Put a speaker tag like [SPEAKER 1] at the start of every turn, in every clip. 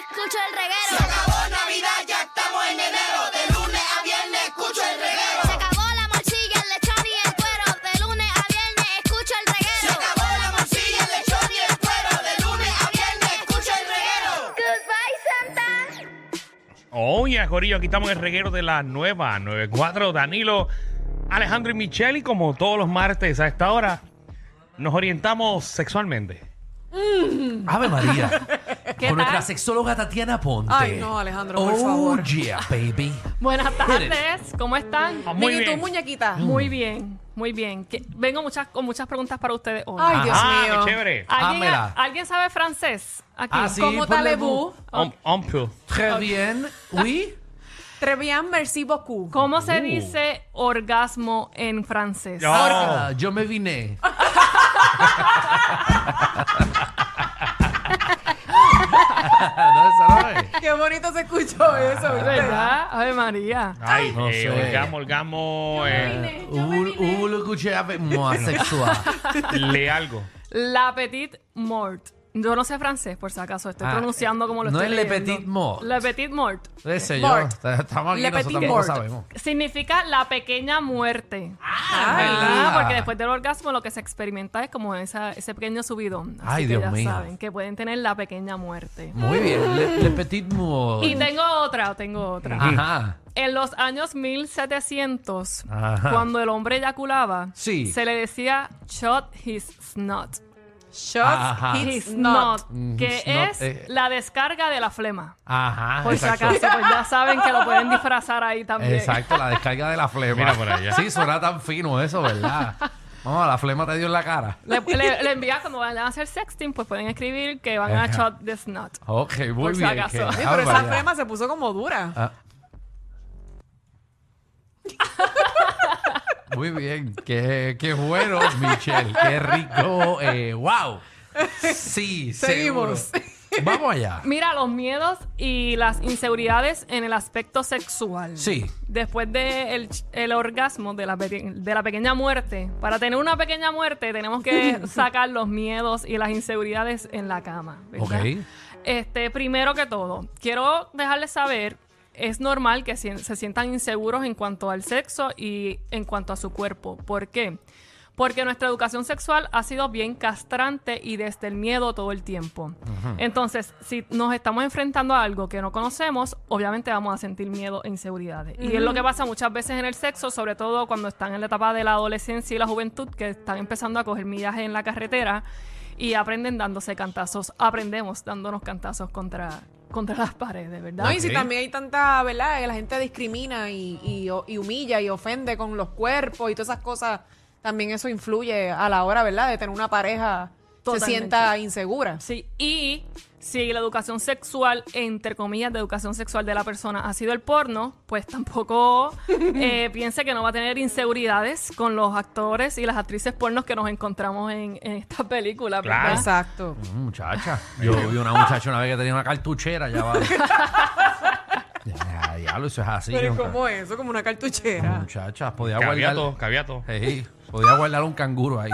[SPEAKER 1] escucho el reguero.
[SPEAKER 2] Se acabó Navidad, ya estamos en enero. De lunes a viernes escucho el reguero.
[SPEAKER 1] Se acabó la morcilla, el lechón y el cuero. De lunes a viernes escucho el
[SPEAKER 2] Se
[SPEAKER 1] reguero.
[SPEAKER 2] acabó la morcilla, el lechón y el cuero. De lunes a viernes escucho el reguero.
[SPEAKER 1] Goodbye, Santa.
[SPEAKER 3] Oye, Corillo, Oh, aquí estamos en el reguero de la nueva 94. Danilo, Alejandro y Michelle, y como todos los martes a esta hora, nos orientamos sexualmente.
[SPEAKER 4] Ave María. Con nuestra
[SPEAKER 5] tal?
[SPEAKER 4] sexóloga Tatiana Ponte.
[SPEAKER 5] Ay, no, Alejandro, por
[SPEAKER 4] oh,
[SPEAKER 5] favor.
[SPEAKER 4] yeah, baby.
[SPEAKER 5] Buenas tardes, ¿cómo están?
[SPEAKER 3] Ah, muy
[SPEAKER 5] Dime tú,
[SPEAKER 3] bien.
[SPEAKER 5] muñequita?
[SPEAKER 4] Mm.
[SPEAKER 5] Muy
[SPEAKER 6] Muy bien, muy bien. Que- vengo muchas, con muchas preguntas para ustedes hoy.
[SPEAKER 5] Ay, Dios
[SPEAKER 3] Ajá,
[SPEAKER 5] mío.
[SPEAKER 3] Ah, qué chévere.
[SPEAKER 5] ¿Alguien,
[SPEAKER 4] Hámela.
[SPEAKER 6] ¿Alguien sabe francés? Aquí.
[SPEAKER 4] Ah, sí,
[SPEAKER 5] como
[SPEAKER 4] ponle
[SPEAKER 5] Talebú,
[SPEAKER 3] Om- ompio.
[SPEAKER 4] Très bien. Oui.
[SPEAKER 5] Trevian merci beaucoup.
[SPEAKER 6] ¿Cómo se
[SPEAKER 3] Uh.
[SPEAKER 6] dice orgasmo en francés?
[SPEAKER 3] No.
[SPEAKER 4] Ahora, yo me vine. no, esa no es.
[SPEAKER 5] Qué bonito se escuchó eso, ¿viste?
[SPEAKER 6] ¿Verdad? Ave María.
[SPEAKER 3] Ay,
[SPEAKER 4] no
[SPEAKER 3] eh,
[SPEAKER 4] sé.
[SPEAKER 3] orgamo, orgamo, eh,
[SPEAKER 4] Hubo- hubo lo escuché a- mo- asexual.
[SPEAKER 3] le algo.
[SPEAKER 6] La petite mort. Yo no sé francés, por si acaso. Estoy
[SPEAKER 4] Ah,
[SPEAKER 6] pronunciando como lo
[SPEAKER 4] no es
[SPEAKER 6] estoy
[SPEAKER 4] le
[SPEAKER 6] leyendo.
[SPEAKER 4] petit mort.
[SPEAKER 6] Le petite mort.
[SPEAKER 4] Ese yo.
[SPEAKER 5] Mort.
[SPEAKER 4] Eh, Estamos aquí,
[SPEAKER 5] Le
[SPEAKER 4] nosotros
[SPEAKER 5] petit
[SPEAKER 4] tampoco
[SPEAKER 5] mort.
[SPEAKER 4] sabemos.
[SPEAKER 6] Significa la pequeña muerte.
[SPEAKER 4] Ah.
[SPEAKER 5] Ah,
[SPEAKER 4] ¿verdad?
[SPEAKER 6] ¿verdad? Porque después del orgasmo lo que se experimenta es como esa- ese pequeño subidón. Así
[SPEAKER 4] Ay,
[SPEAKER 6] que
[SPEAKER 4] Dios
[SPEAKER 6] ya
[SPEAKER 4] mío.
[SPEAKER 6] saben que pueden tener la pequeña muerte.
[SPEAKER 4] Muy bien. Le, le petit mort.
[SPEAKER 6] Y tengo otra, tengo
[SPEAKER 4] Mm.
[SPEAKER 6] otra.
[SPEAKER 4] Ajá.
[SPEAKER 6] En los años 1700,
[SPEAKER 4] Ajá.
[SPEAKER 6] cuando el hombre eyaculaba,
[SPEAKER 4] Sí.
[SPEAKER 6] se le decía shot his snot.
[SPEAKER 5] Shots
[SPEAKER 4] Ajá.
[SPEAKER 5] his not.
[SPEAKER 4] Mm,
[SPEAKER 6] que
[SPEAKER 4] Ah. snot,
[SPEAKER 6] es
[SPEAKER 4] eh.
[SPEAKER 6] la descarga de la flema.
[SPEAKER 4] Ajá.
[SPEAKER 6] Por si
[SPEAKER 4] exacto.
[SPEAKER 6] acaso, pues ya saben que lo pueden disfrazar ahí también.
[SPEAKER 4] Exacto, la descarga de la flema.
[SPEAKER 3] Mira por allá.
[SPEAKER 4] Sí, suena tan fino eso, ¿verdad? Vamos, la flema te dio en la cara.
[SPEAKER 6] Le, le- le envía cuando van a hacer sexting, pues pueden escribir que van a
[SPEAKER 4] Ajá.
[SPEAKER 6] shot the snot.
[SPEAKER 4] Ok, muy
[SPEAKER 6] Por si
[SPEAKER 4] bien.
[SPEAKER 6] acaso.
[SPEAKER 4] qué
[SPEAKER 6] Sí,
[SPEAKER 5] Oye, pero esa
[SPEAKER 4] barbaridad.
[SPEAKER 5] flema se puso como dura.
[SPEAKER 4] Ah. Muy bien, qué, qué bueno, Michelle, qué rico. eh, ¡Wow! Sí, seguro.
[SPEAKER 5] Seguimos.
[SPEAKER 4] Vamos allá.
[SPEAKER 6] Mira, los miedos y las inseguridades en el aspecto sexual.
[SPEAKER 4] Sí.
[SPEAKER 6] Después del el orgasmo, de la, peque- de la pequeña muerte. Para tener una pequeña muerte tenemos que sacar los miedos y las inseguridades en la cama. ¿verdad?
[SPEAKER 4] Ok.
[SPEAKER 6] Este, primero que todo, quiero dejarles saber, es normal que sien- se sientan inseguros en cuanto al sexo y en cuanto a su cuerpo. ¿Por qué? Porque nuestra educación sexual ha sido bien castrante y desde el miedo todo el tiempo. Entonces, si nos estamos enfrentando a algo que no conocemos, obviamente vamos a sentir miedo e inseguridades. Y es lo que pasa muchas veces en el sexo, sobre todo cuando están en la etapa de la adolescencia y la juventud, que están empezando a coger millaje en la carretera y aprenden dándose cantazos, aprendemos dándonos cantazos contra, contra las paredes, ¿verdad?
[SPEAKER 5] No, y si
[SPEAKER 4] Ok.
[SPEAKER 5] también hay tanta, ¿verdad? Que la gente discrimina y, y- y humilla y ofende con los cuerpos y todas esas cosas, también eso influye a la hora, ¿verdad? De tener una pareja se
[SPEAKER 6] Totalmente.
[SPEAKER 5] sienta insegura.
[SPEAKER 6] Sí, y si la educación sexual, entre comillas, de educación sexual de la persona ha sido el porno, pues tampoco eh, piense que no va a tener inseguridades con los actores y las actrices pornos que nos encontramos en, en esta película.
[SPEAKER 3] Claro.
[SPEAKER 5] Ah.
[SPEAKER 6] ¿verdad?
[SPEAKER 5] Exacto.
[SPEAKER 4] Mm, Muchacha. Yo vi una muchacha una vez que tenía una cartuchera allá abajo. Ya, Diablo, eso es así.
[SPEAKER 5] Pero ¿y
[SPEAKER 4] nunca-
[SPEAKER 5] ¿cómo es eso? Como una cartuchera.
[SPEAKER 4] Muchacha, podía
[SPEAKER 3] Caviato,
[SPEAKER 4] guardar.
[SPEAKER 3] caviato.
[SPEAKER 4] Ey, podía guardar un canguro ahí.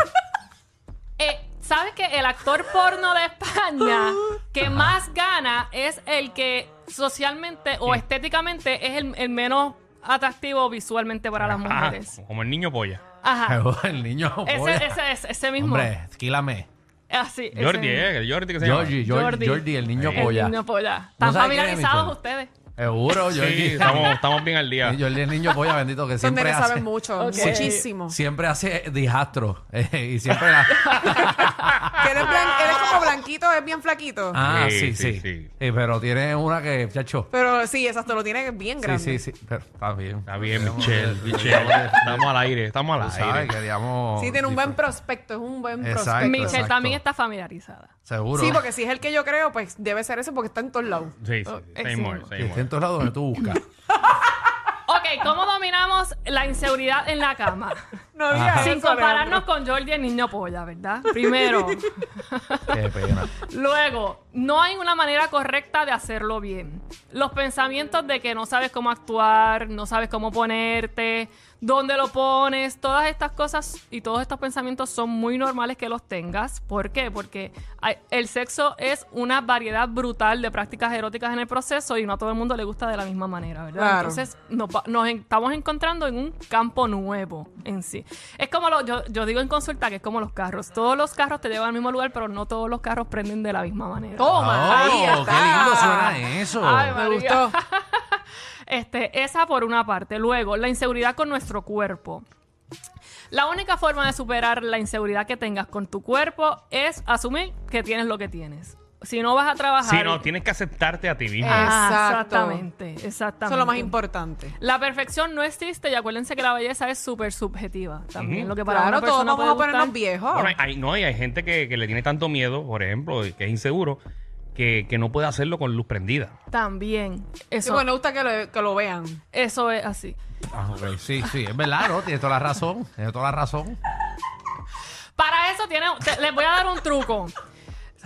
[SPEAKER 6] Eh, ¿Sabes que el actor porno de España que más gana es el que socialmente o
[SPEAKER 3] Sí.
[SPEAKER 6] estéticamente es el, el menos atractivo visualmente para las
[SPEAKER 3] Ajá,
[SPEAKER 6] mujeres?
[SPEAKER 3] Ah, como el niño polla.
[SPEAKER 6] Ajá.
[SPEAKER 4] El niño.
[SPEAKER 6] Ese,
[SPEAKER 4] polla.
[SPEAKER 6] ese, ese, ese mismo.
[SPEAKER 4] Hombre, esquílame.
[SPEAKER 6] Así, ese
[SPEAKER 3] Jordi,
[SPEAKER 6] mismo.
[SPEAKER 3] eh, el Jordi que se llama.
[SPEAKER 4] Jordi, Jordi,
[SPEAKER 6] Jordi.
[SPEAKER 4] Jordi, el niño
[SPEAKER 6] El
[SPEAKER 4] polla.
[SPEAKER 6] niño polla.
[SPEAKER 4] ¿No
[SPEAKER 6] ¿Están
[SPEAKER 4] sabe quién es,
[SPEAKER 6] familiarizados
[SPEAKER 4] Michelle?
[SPEAKER 6] ustedes?
[SPEAKER 4] Seguro, Jordi.
[SPEAKER 3] Sí, estamos, estamos bien al día.
[SPEAKER 4] Jordi, el niño polla, bendito, que
[SPEAKER 5] Son de
[SPEAKER 4] siempre
[SPEAKER 5] que
[SPEAKER 4] hace.
[SPEAKER 5] saben mucho,
[SPEAKER 6] Ok.
[SPEAKER 5] muchísimo.
[SPEAKER 4] Siempre hace dijastro. eh, y siempre la-
[SPEAKER 5] Que él, es blan- él es como blanquito, es bien flaquito.
[SPEAKER 4] Ah,
[SPEAKER 3] Sí,
[SPEAKER 4] sí, sí.
[SPEAKER 3] sí,
[SPEAKER 4] Sí,
[SPEAKER 3] sí.
[SPEAKER 4] pero tiene una que, chacho.
[SPEAKER 5] Pero sí, exacto, lo tiene bien
[SPEAKER 4] Sí,
[SPEAKER 5] grande.
[SPEAKER 4] sí, sí. Pero está bien.
[SPEAKER 3] Está bien, Michelle, Michelle. Estamos al aire, estamos
[SPEAKER 4] Tú
[SPEAKER 3] al aire.
[SPEAKER 4] sabes que digamos.
[SPEAKER 5] Sí, tiene un buen
[SPEAKER 4] difer-
[SPEAKER 5] prospecto, es un buen
[SPEAKER 4] pues. Exacto.
[SPEAKER 5] prospecto.
[SPEAKER 6] Michelle
[SPEAKER 4] exacto.
[SPEAKER 6] también está familiarizada.
[SPEAKER 4] pues, Seguro.
[SPEAKER 5] Sí, porque si es el que yo creo, pues debe ser ese porque está en todos lados.
[SPEAKER 3] Sí, sí,
[SPEAKER 6] Oh,
[SPEAKER 3] sí, same more,
[SPEAKER 4] Que
[SPEAKER 3] same
[SPEAKER 4] esté
[SPEAKER 3] more.
[SPEAKER 4] en todos lados donde tú buscas.
[SPEAKER 6] Ok, ¿cómo dominamos la inseguridad en la cama?
[SPEAKER 5] No digas
[SPEAKER 4] Ajá.
[SPEAKER 5] eso,
[SPEAKER 6] Sin compararnos
[SPEAKER 5] Alejandro.
[SPEAKER 6] con Jordi el niño polla, ¿verdad? Primero.
[SPEAKER 4] Qué pena.
[SPEAKER 6] Luego, no hay una manera correcta de hacerlo bien. Los pensamientos de que no sabes cómo actuar, no sabes cómo ponerte, dónde lo pones, todas estas cosas y todos estos pensamientos son muy normales que los tengas. ¿Por qué? Porque hay- el sexo es una variedad brutal de prácticas eróticas en el proceso y no a todo el mundo le gusta de la misma manera, ¿verdad?
[SPEAKER 5] Claro.
[SPEAKER 6] Entonces, nos, va- nos en- estamos encontrando en un campo nuevo en sí. Es como lo, yo, yo digo en consulta que es como los carros. Todos los carros te llevan al mismo lugar, pero no todos los carros prenden de la misma manera.
[SPEAKER 5] Toma, ahí
[SPEAKER 4] Oh, qué
[SPEAKER 5] está.
[SPEAKER 4] lindo suena eso.
[SPEAKER 6] Ay,
[SPEAKER 5] Me
[SPEAKER 6] María.
[SPEAKER 5] gustó.
[SPEAKER 6] Este, esa por una parte. Luego, la inseguridad con nuestro cuerpo. La única forma de superar la inseguridad que tengas con tu cuerpo es asumir que tienes lo que tienes. Si no vas a trabajar.
[SPEAKER 3] Si no, tienes que aceptarte a ti mismo.
[SPEAKER 5] Ah,
[SPEAKER 6] Ah,
[SPEAKER 5] Exacto.
[SPEAKER 6] Exactamente, exactamente.
[SPEAKER 5] Eso es lo más importante.
[SPEAKER 6] La perfección no existe y acuérdense que la belleza es súper subjetiva también.
[SPEAKER 3] Ujú.
[SPEAKER 6] Lo que para
[SPEAKER 5] Claro,
[SPEAKER 6] una
[SPEAKER 5] todos
[SPEAKER 6] persona
[SPEAKER 5] vamos
[SPEAKER 6] puede
[SPEAKER 5] a ponernos
[SPEAKER 6] gustar-
[SPEAKER 5] viejos.
[SPEAKER 3] Bueno, hay- hay, no, y hay gente que, que le tiene tanto miedo, por ejemplo, y que es inseguro, que, que no puede hacerlo con luz prendida.
[SPEAKER 6] También.
[SPEAKER 5] Sí,
[SPEAKER 6] Eso,
[SPEAKER 5] porque pues me gusta que lo, que lo vean.
[SPEAKER 6] eso es así.
[SPEAKER 4] Ah, ok, Sí, sí, es verdad, ¿no? Tienes toda la razón. Tienes toda la razón.
[SPEAKER 6] Para eso tiene, te- les voy a dar un truco.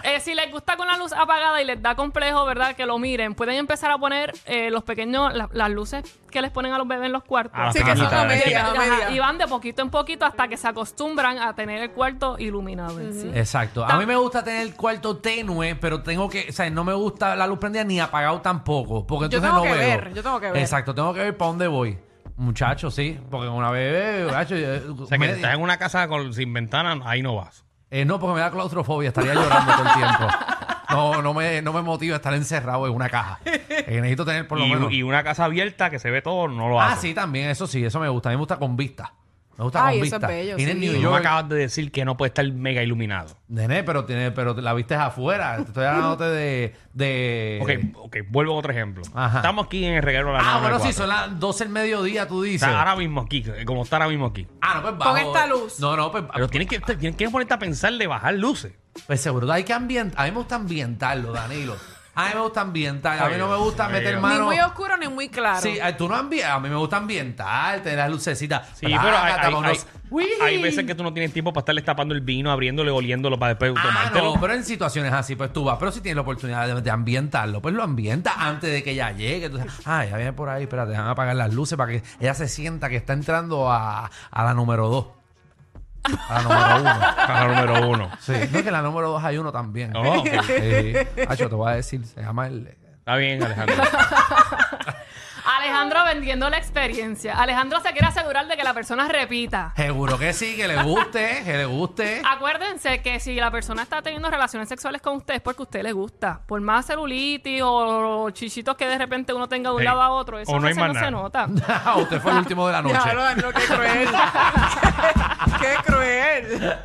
[SPEAKER 6] Eh, si les gusta con la luz apagada y les da complejo, ¿verdad? Que lo miren. Pueden empezar a poner eh, los pequeños, la- las luces que les ponen a los bebés en los cuartos.
[SPEAKER 3] Ah,
[SPEAKER 5] Sí, que son
[SPEAKER 3] Ajá,
[SPEAKER 5] a
[SPEAKER 3] sí.
[SPEAKER 5] media, a
[SPEAKER 6] Ajá,
[SPEAKER 5] media.
[SPEAKER 6] y van de poquito en poquito hasta que se acostumbran a tener el cuarto iluminado en sí.
[SPEAKER 4] Exacto. A mí me gusta tener el cuarto tenue, pero tengo que, o sea, no me gusta la luz prendida ni apagado tampoco, porque
[SPEAKER 5] Yo
[SPEAKER 4] entonces
[SPEAKER 5] tengo
[SPEAKER 4] no
[SPEAKER 5] que
[SPEAKER 4] veo.
[SPEAKER 5] ver, yo tengo que ver.
[SPEAKER 4] Exacto, tengo que ver para dónde voy. Muchachos, sí, porque una vez, gacho, yo- eh,
[SPEAKER 3] O sea, que
[SPEAKER 4] me-
[SPEAKER 3] si estás en una casa con- sin ventana, ahí no vas.
[SPEAKER 4] eh, no, porque me da claustrofobia, estaría llorando todo el tiempo. No, no me, no me motiva estar encerrado en una caja. Eh, necesito tener por lo
[SPEAKER 3] Y,
[SPEAKER 4] menos.
[SPEAKER 3] y una casa abierta que se ve todo, no lo
[SPEAKER 4] ah,
[SPEAKER 3] haces.
[SPEAKER 4] sí, también, eso sí, eso me gusta. A mí me gusta con vista. Me gusta
[SPEAKER 5] Ay,
[SPEAKER 4] con
[SPEAKER 5] eso es
[SPEAKER 4] vista.
[SPEAKER 5] bello,
[SPEAKER 4] Viene en
[SPEAKER 5] sí.
[SPEAKER 4] New
[SPEAKER 3] Tú me
[SPEAKER 4] York.
[SPEAKER 3] acabas de decir que no puede estar mega iluminado.
[SPEAKER 4] Nene, pero, tiene, pero la vista es afuera. Te Estoy hablándote de. de...
[SPEAKER 3] Ok, ok, vuelvo a otro ejemplo.
[SPEAKER 4] Eh. Ajá.
[SPEAKER 3] Estamos aquí en el regalo de la
[SPEAKER 4] Ah,
[SPEAKER 3] 994.
[SPEAKER 4] bueno, sí, son las 12 del mediodía, tú
[SPEAKER 3] O
[SPEAKER 4] dices.
[SPEAKER 3] sea, ahora mismo aquí, como está ahora mismo aquí.
[SPEAKER 4] Ah, no, pues bajo.
[SPEAKER 5] esta luz.
[SPEAKER 4] No, no, pues,
[SPEAKER 3] Pero tienes que, tienes que ponerte a pensar de bajar luces.
[SPEAKER 4] pues seguro hay que ambientar. A mí me gusta ambientarlo, Danilo. A mí me gusta ambientar. A mí
[SPEAKER 3] Ay,
[SPEAKER 4] no me
[SPEAKER 3] Dios
[SPEAKER 4] gusta
[SPEAKER 3] mío.
[SPEAKER 4] meter
[SPEAKER 3] Ni
[SPEAKER 5] Ni
[SPEAKER 4] mano.
[SPEAKER 5] muy oscuro ni muy claro.
[SPEAKER 4] Sí, ay, tú no ambientas. A mí me gusta ambientar, tener las lucecitas.
[SPEAKER 3] Sí, pero hay,
[SPEAKER 4] Plácata,
[SPEAKER 3] hay-
[SPEAKER 4] unos-
[SPEAKER 3] hay-
[SPEAKER 4] Uy.
[SPEAKER 3] hay veces que tú no tienes tiempo para estarle tapando el vino, abriéndole, oliéndolo para después
[SPEAKER 4] Ah,
[SPEAKER 3] tomártelo.
[SPEAKER 4] no, pero en situaciones así, pues tú vas. Pero si tienes la oportunidad de, de ambientarlo, pues lo ambientas antes de que ella llegue. Entonces, ah, ya viene por ahí, espérate, dejan apagar las luces para que ella se sienta que está entrando a, a la número dos. A la número uno.
[SPEAKER 3] Caja número uno.
[SPEAKER 4] Sí, no es que la número 2 hay uno también.
[SPEAKER 3] Oh, ok.
[SPEAKER 4] Sí. Acho, te voy a decir, se llama el.
[SPEAKER 3] Está bien, Alejandro.
[SPEAKER 6] Alejandro vendiendo la experiencia. Alejandro se quiere asegurar de que la persona repita.
[SPEAKER 4] Seguro que sí, que le guste, que le guste.
[SPEAKER 6] Acuérdense que si la persona está teniendo relaciones sexuales con usted es porque a usted le gusta. Por más celulitis o chichitos que de repente uno tenga de un
[SPEAKER 3] Hey,
[SPEAKER 6] lado a otro, eso
[SPEAKER 3] o no
[SPEAKER 6] no,
[SPEAKER 3] hay
[SPEAKER 6] se,
[SPEAKER 3] más
[SPEAKER 6] no
[SPEAKER 3] nada.
[SPEAKER 6] se nota.
[SPEAKER 4] Usted fue el último de la noche.
[SPEAKER 5] Diablo, Danilo, qué cruel. qué cruel.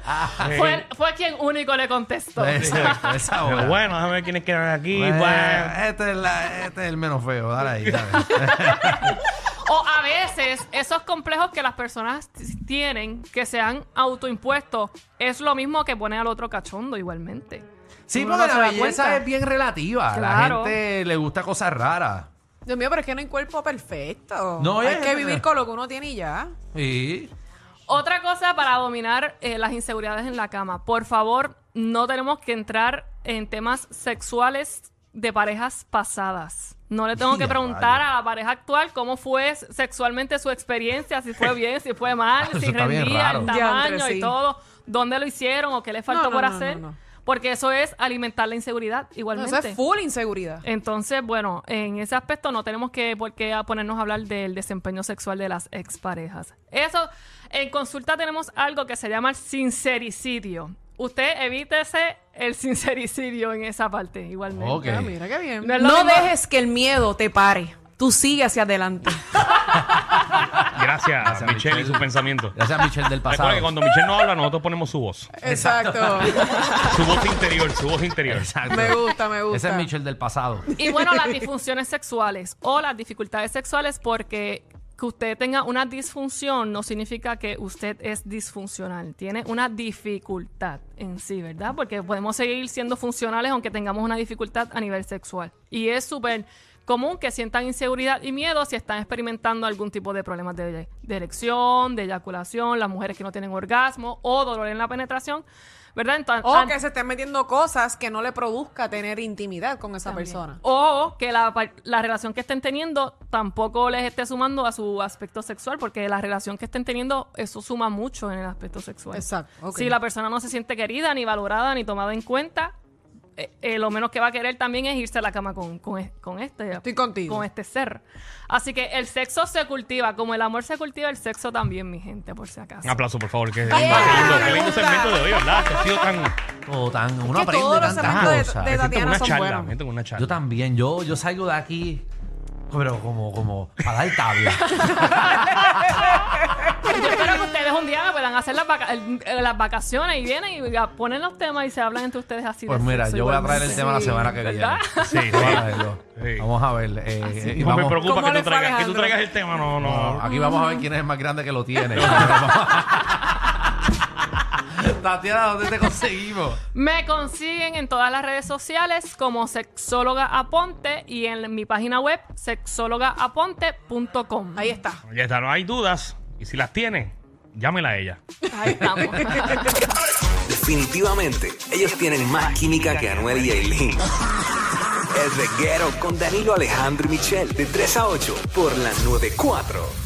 [SPEAKER 6] fue, fue quien único le contestó.
[SPEAKER 4] Exacto, esa hora.
[SPEAKER 3] Pero bueno, déjame ver quiénes quedan aquí.
[SPEAKER 4] Bueno,
[SPEAKER 3] bueno.
[SPEAKER 4] este, es la- este es el menos feo, dale ahí, dale.
[SPEAKER 6] O a veces esos complejos que las personas t- tienen que se han autoimpuesto es lo mismo que poner al otro cachondo igualmente.
[SPEAKER 4] Sí,
[SPEAKER 6] Uno
[SPEAKER 4] porque la
[SPEAKER 6] no se da
[SPEAKER 4] belleza
[SPEAKER 6] cuenta.
[SPEAKER 4] es bien relativa.
[SPEAKER 6] Claro.
[SPEAKER 4] La gente le gusta cosas raras.
[SPEAKER 5] Dios mío, pero es que no hay cuerpo perfecto.
[SPEAKER 4] No,
[SPEAKER 5] hay
[SPEAKER 4] es-
[SPEAKER 5] que vivir con lo que uno tiene y ya.
[SPEAKER 4] Y
[SPEAKER 6] Otra cosa para dominar eh, las inseguridades en la cama. Por favor, no tenemos que entrar en temas sexuales de parejas pasadas. No le tengo que
[SPEAKER 4] Ya,
[SPEAKER 6] preguntar
[SPEAKER 4] vaya.
[SPEAKER 6] a la pareja actual cómo fue sexualmente su experiencia, si fue bien, si fue mal,
[SPEAKER 4] Eso
[SPEAKER 6] si
[SPEAKER 4] está bien
[SPEAKER 6] rendía,
[SPEAKER 4] raro.
[SPEAKER 6] el
[SPEAKER 5] Diantre,
[SPEAKER 6] tamaño
[SPEAKER 5] sí.
[SPEAKER 6] y todo, dónde lo hicieron o qué le
[SPEAKER 5] No,
[SPEAKER 6] faltó
[SPEAKER 5] no,
[SPEAKER 6] por
[SPEAKER 5] no,
[SPEAKER 6] hacer.
[SPEAKER 5] no, no.
[SPEAKER 6] Porque eso es alimentar la inseguridad
[SPEAKER 5] No,
[SPEAKER 6] igualmente.
[SPEAKER 5] eso es full inseguridad.
[SPEAKER 6] Entonces, bueno, en ese aspecto no tenemos que por qué a ponernos a hablar del desempeño sexual de las exparejas. Eso, en consulta tenemos algo que se llama el sincericidio. Usted evítese el sincericidio en esa parte, igualmente.
[SPEAKER 4] Ok.
[SPEAKER 5] Ah, mira qué bien.
[SPEAKER 6] No
[SPEAKER 5] No,
[SPEAKER 6] es lo mismo.
[SPEAKER 5] dejes que el miedo te pare. Tú sigue hacia adelante.
[SPEAKER 3] Gracias,
[SPEAKER 4] Gracias,
[SPEAKER 3] Michelle y su
[SPEAKER 4] Michelle.
[SPEAKER 3] pensamiento.
[SPEAKER 4] gracias a Michelle del
[SPEAKER 3] Recuerda que
[SPEAKER 4] pasado.
[SPEAKER 3] cuando Michelle no habla, nosotros ponemos su voz.
[SPEAKER 5] Exacto.
[SPEAKER 3] Su voz interior, su voz interior.
[SPEAKER 4] Exacto.
[SPEAKER 5] me gusta, me gusta.
[SPEAKER 4] Ese es Michelle del pasado.
[SPEAKER 6] Y bueno, las disfunciones sexuales o las dificultades sexuales porque que usted tenga una disfunción no significa que usted es disfuncional. Tiene una dificultad en sí, ¿verdad? Porque podemos seguir siendo funcionales aunque tengamos una dificultad a nivel sexual. Y es súper común que sientan inseguridad y miedo si están experimentando algún tipo de problemas de, de erección, de eyaculación, las mujeres que no tienen orgasmo o dolor en la penetración, ¿verdad? Entonces,
[SPEAKER 5] O
[SPEAKER 6] an-
[SPEAKER 5] que se estén metiendo cosas que no le produzca tener intimidad con esa persona.
[SPEAKER 6] o que la, par- la relación que estén teniendo tampoco les esté sumando a su aspecto sexual, porque la relación que estén teniendo, eso suma mucho en el aspecto sexual.
[SPEAKER 5] Exacto, ok.
[SPEAKER 6] Si la persona no se siente querida, ni valorada, ni tomada en cuenta, eh, eh, lo menos que va a querer también es irse a la cama con, con, e- con este.
[SPEAKER 5] Estoy contigo.
[SPEAKER 6] Con este ser. Así que el sexo se cultiva, como el amor se cultiva, el sexo también, mi gente, por si acaso.
[SPEAKER 3] Un aplauso, por favor. Que
[SPEAKER 5] Yeah,
[SPEAKER 3] qué lindo, qué
[SPEAKER 5] me
[SPEAKER 3] lindo
[SPEAKER 5] gusta.
[SPEAKER 3] segmento de hoy, ¿verdad? Que ha sido tan.
[SPEAKER 4] Todo tan, uno
[SPEAKER 5] que
[SPEAKER 4] aprende
[SPEAKER 5] todos los
[SPEAKER 4] tantas
[SPEAKER 5] segmentos de-
[SPEAKER 4] cosas.
[SPEAKER 5] de
[SPEAKER 3] me siento
[SPEAKER 5] Tatiana
[SPEAKER 3] en una
[SPEAKER 5] son
[SPEAKER 3] charla.
[SPEAKER 5] buenos.
[SPEAKER 3] Me siento en una charla.
[SPEAKER 4] Yo también, yo, yo salgo de aquí, pero como, como para dar tabla.
[SPEAKER 6] Yo espero que ustedes un día me puedan hacer las, vaca- el- eh, las vacaciones y vienen y ya ponen los temas y se hablan entre ustedes así. de
[SPEAKER 4] Pues mira,
[SPEAKER 6] sexo
[SPEAKER 4] yo voy a traer el
[SPEAKER 6] igualmente.
[SPEAKER 4] tema la semana que viene.
[SPEAKER 6] ¿Verdad?
[SPEAKER 3] Sí, sí.
[SPEAKER 4] Vamos a verlo.
[SPEAKER 3] Sí.
[SPEAKER 4] Vamos a ver. eh, eh, y
[SPEAKER 3] No me
[SPEAKER 4] vamos-
[SPEAKER 3] preocupa
[SPEAKER 5] ¿Cómo
[SPEAKER 3] que
[SPEAKER 5] le
[SPEAKER 3] tú, traigas, que
[SPEAKER 5] fue
[SPEAKER 3] tú
[SPEAKER 5] Alejandro?
[SPEAKER 3] traigas el tema. No, no.
[SPEAKER 4] No, aquí vamos a ver quién es el más grande que lo tiene. Tatiana, ¿dónde te conseguimos?
[SPEAKER 6] Me consiguen en todas las redes sociales como sexóloga aponte y en mi página web sexólogaaponte.com.
[SPEAKER 5] Ahí está.
[SPEAKER 3] Ya está, no hay dudas. Y si las tiene, llámela a ella.
[SPEAKER 6] Ahí estamos.
[SPEAKER 7] Definitivamente, ellos tienen más química que Anuel y Aileen. El reguero con Danilo Alejandro y Michel, de 3 a 8, por la 94. 4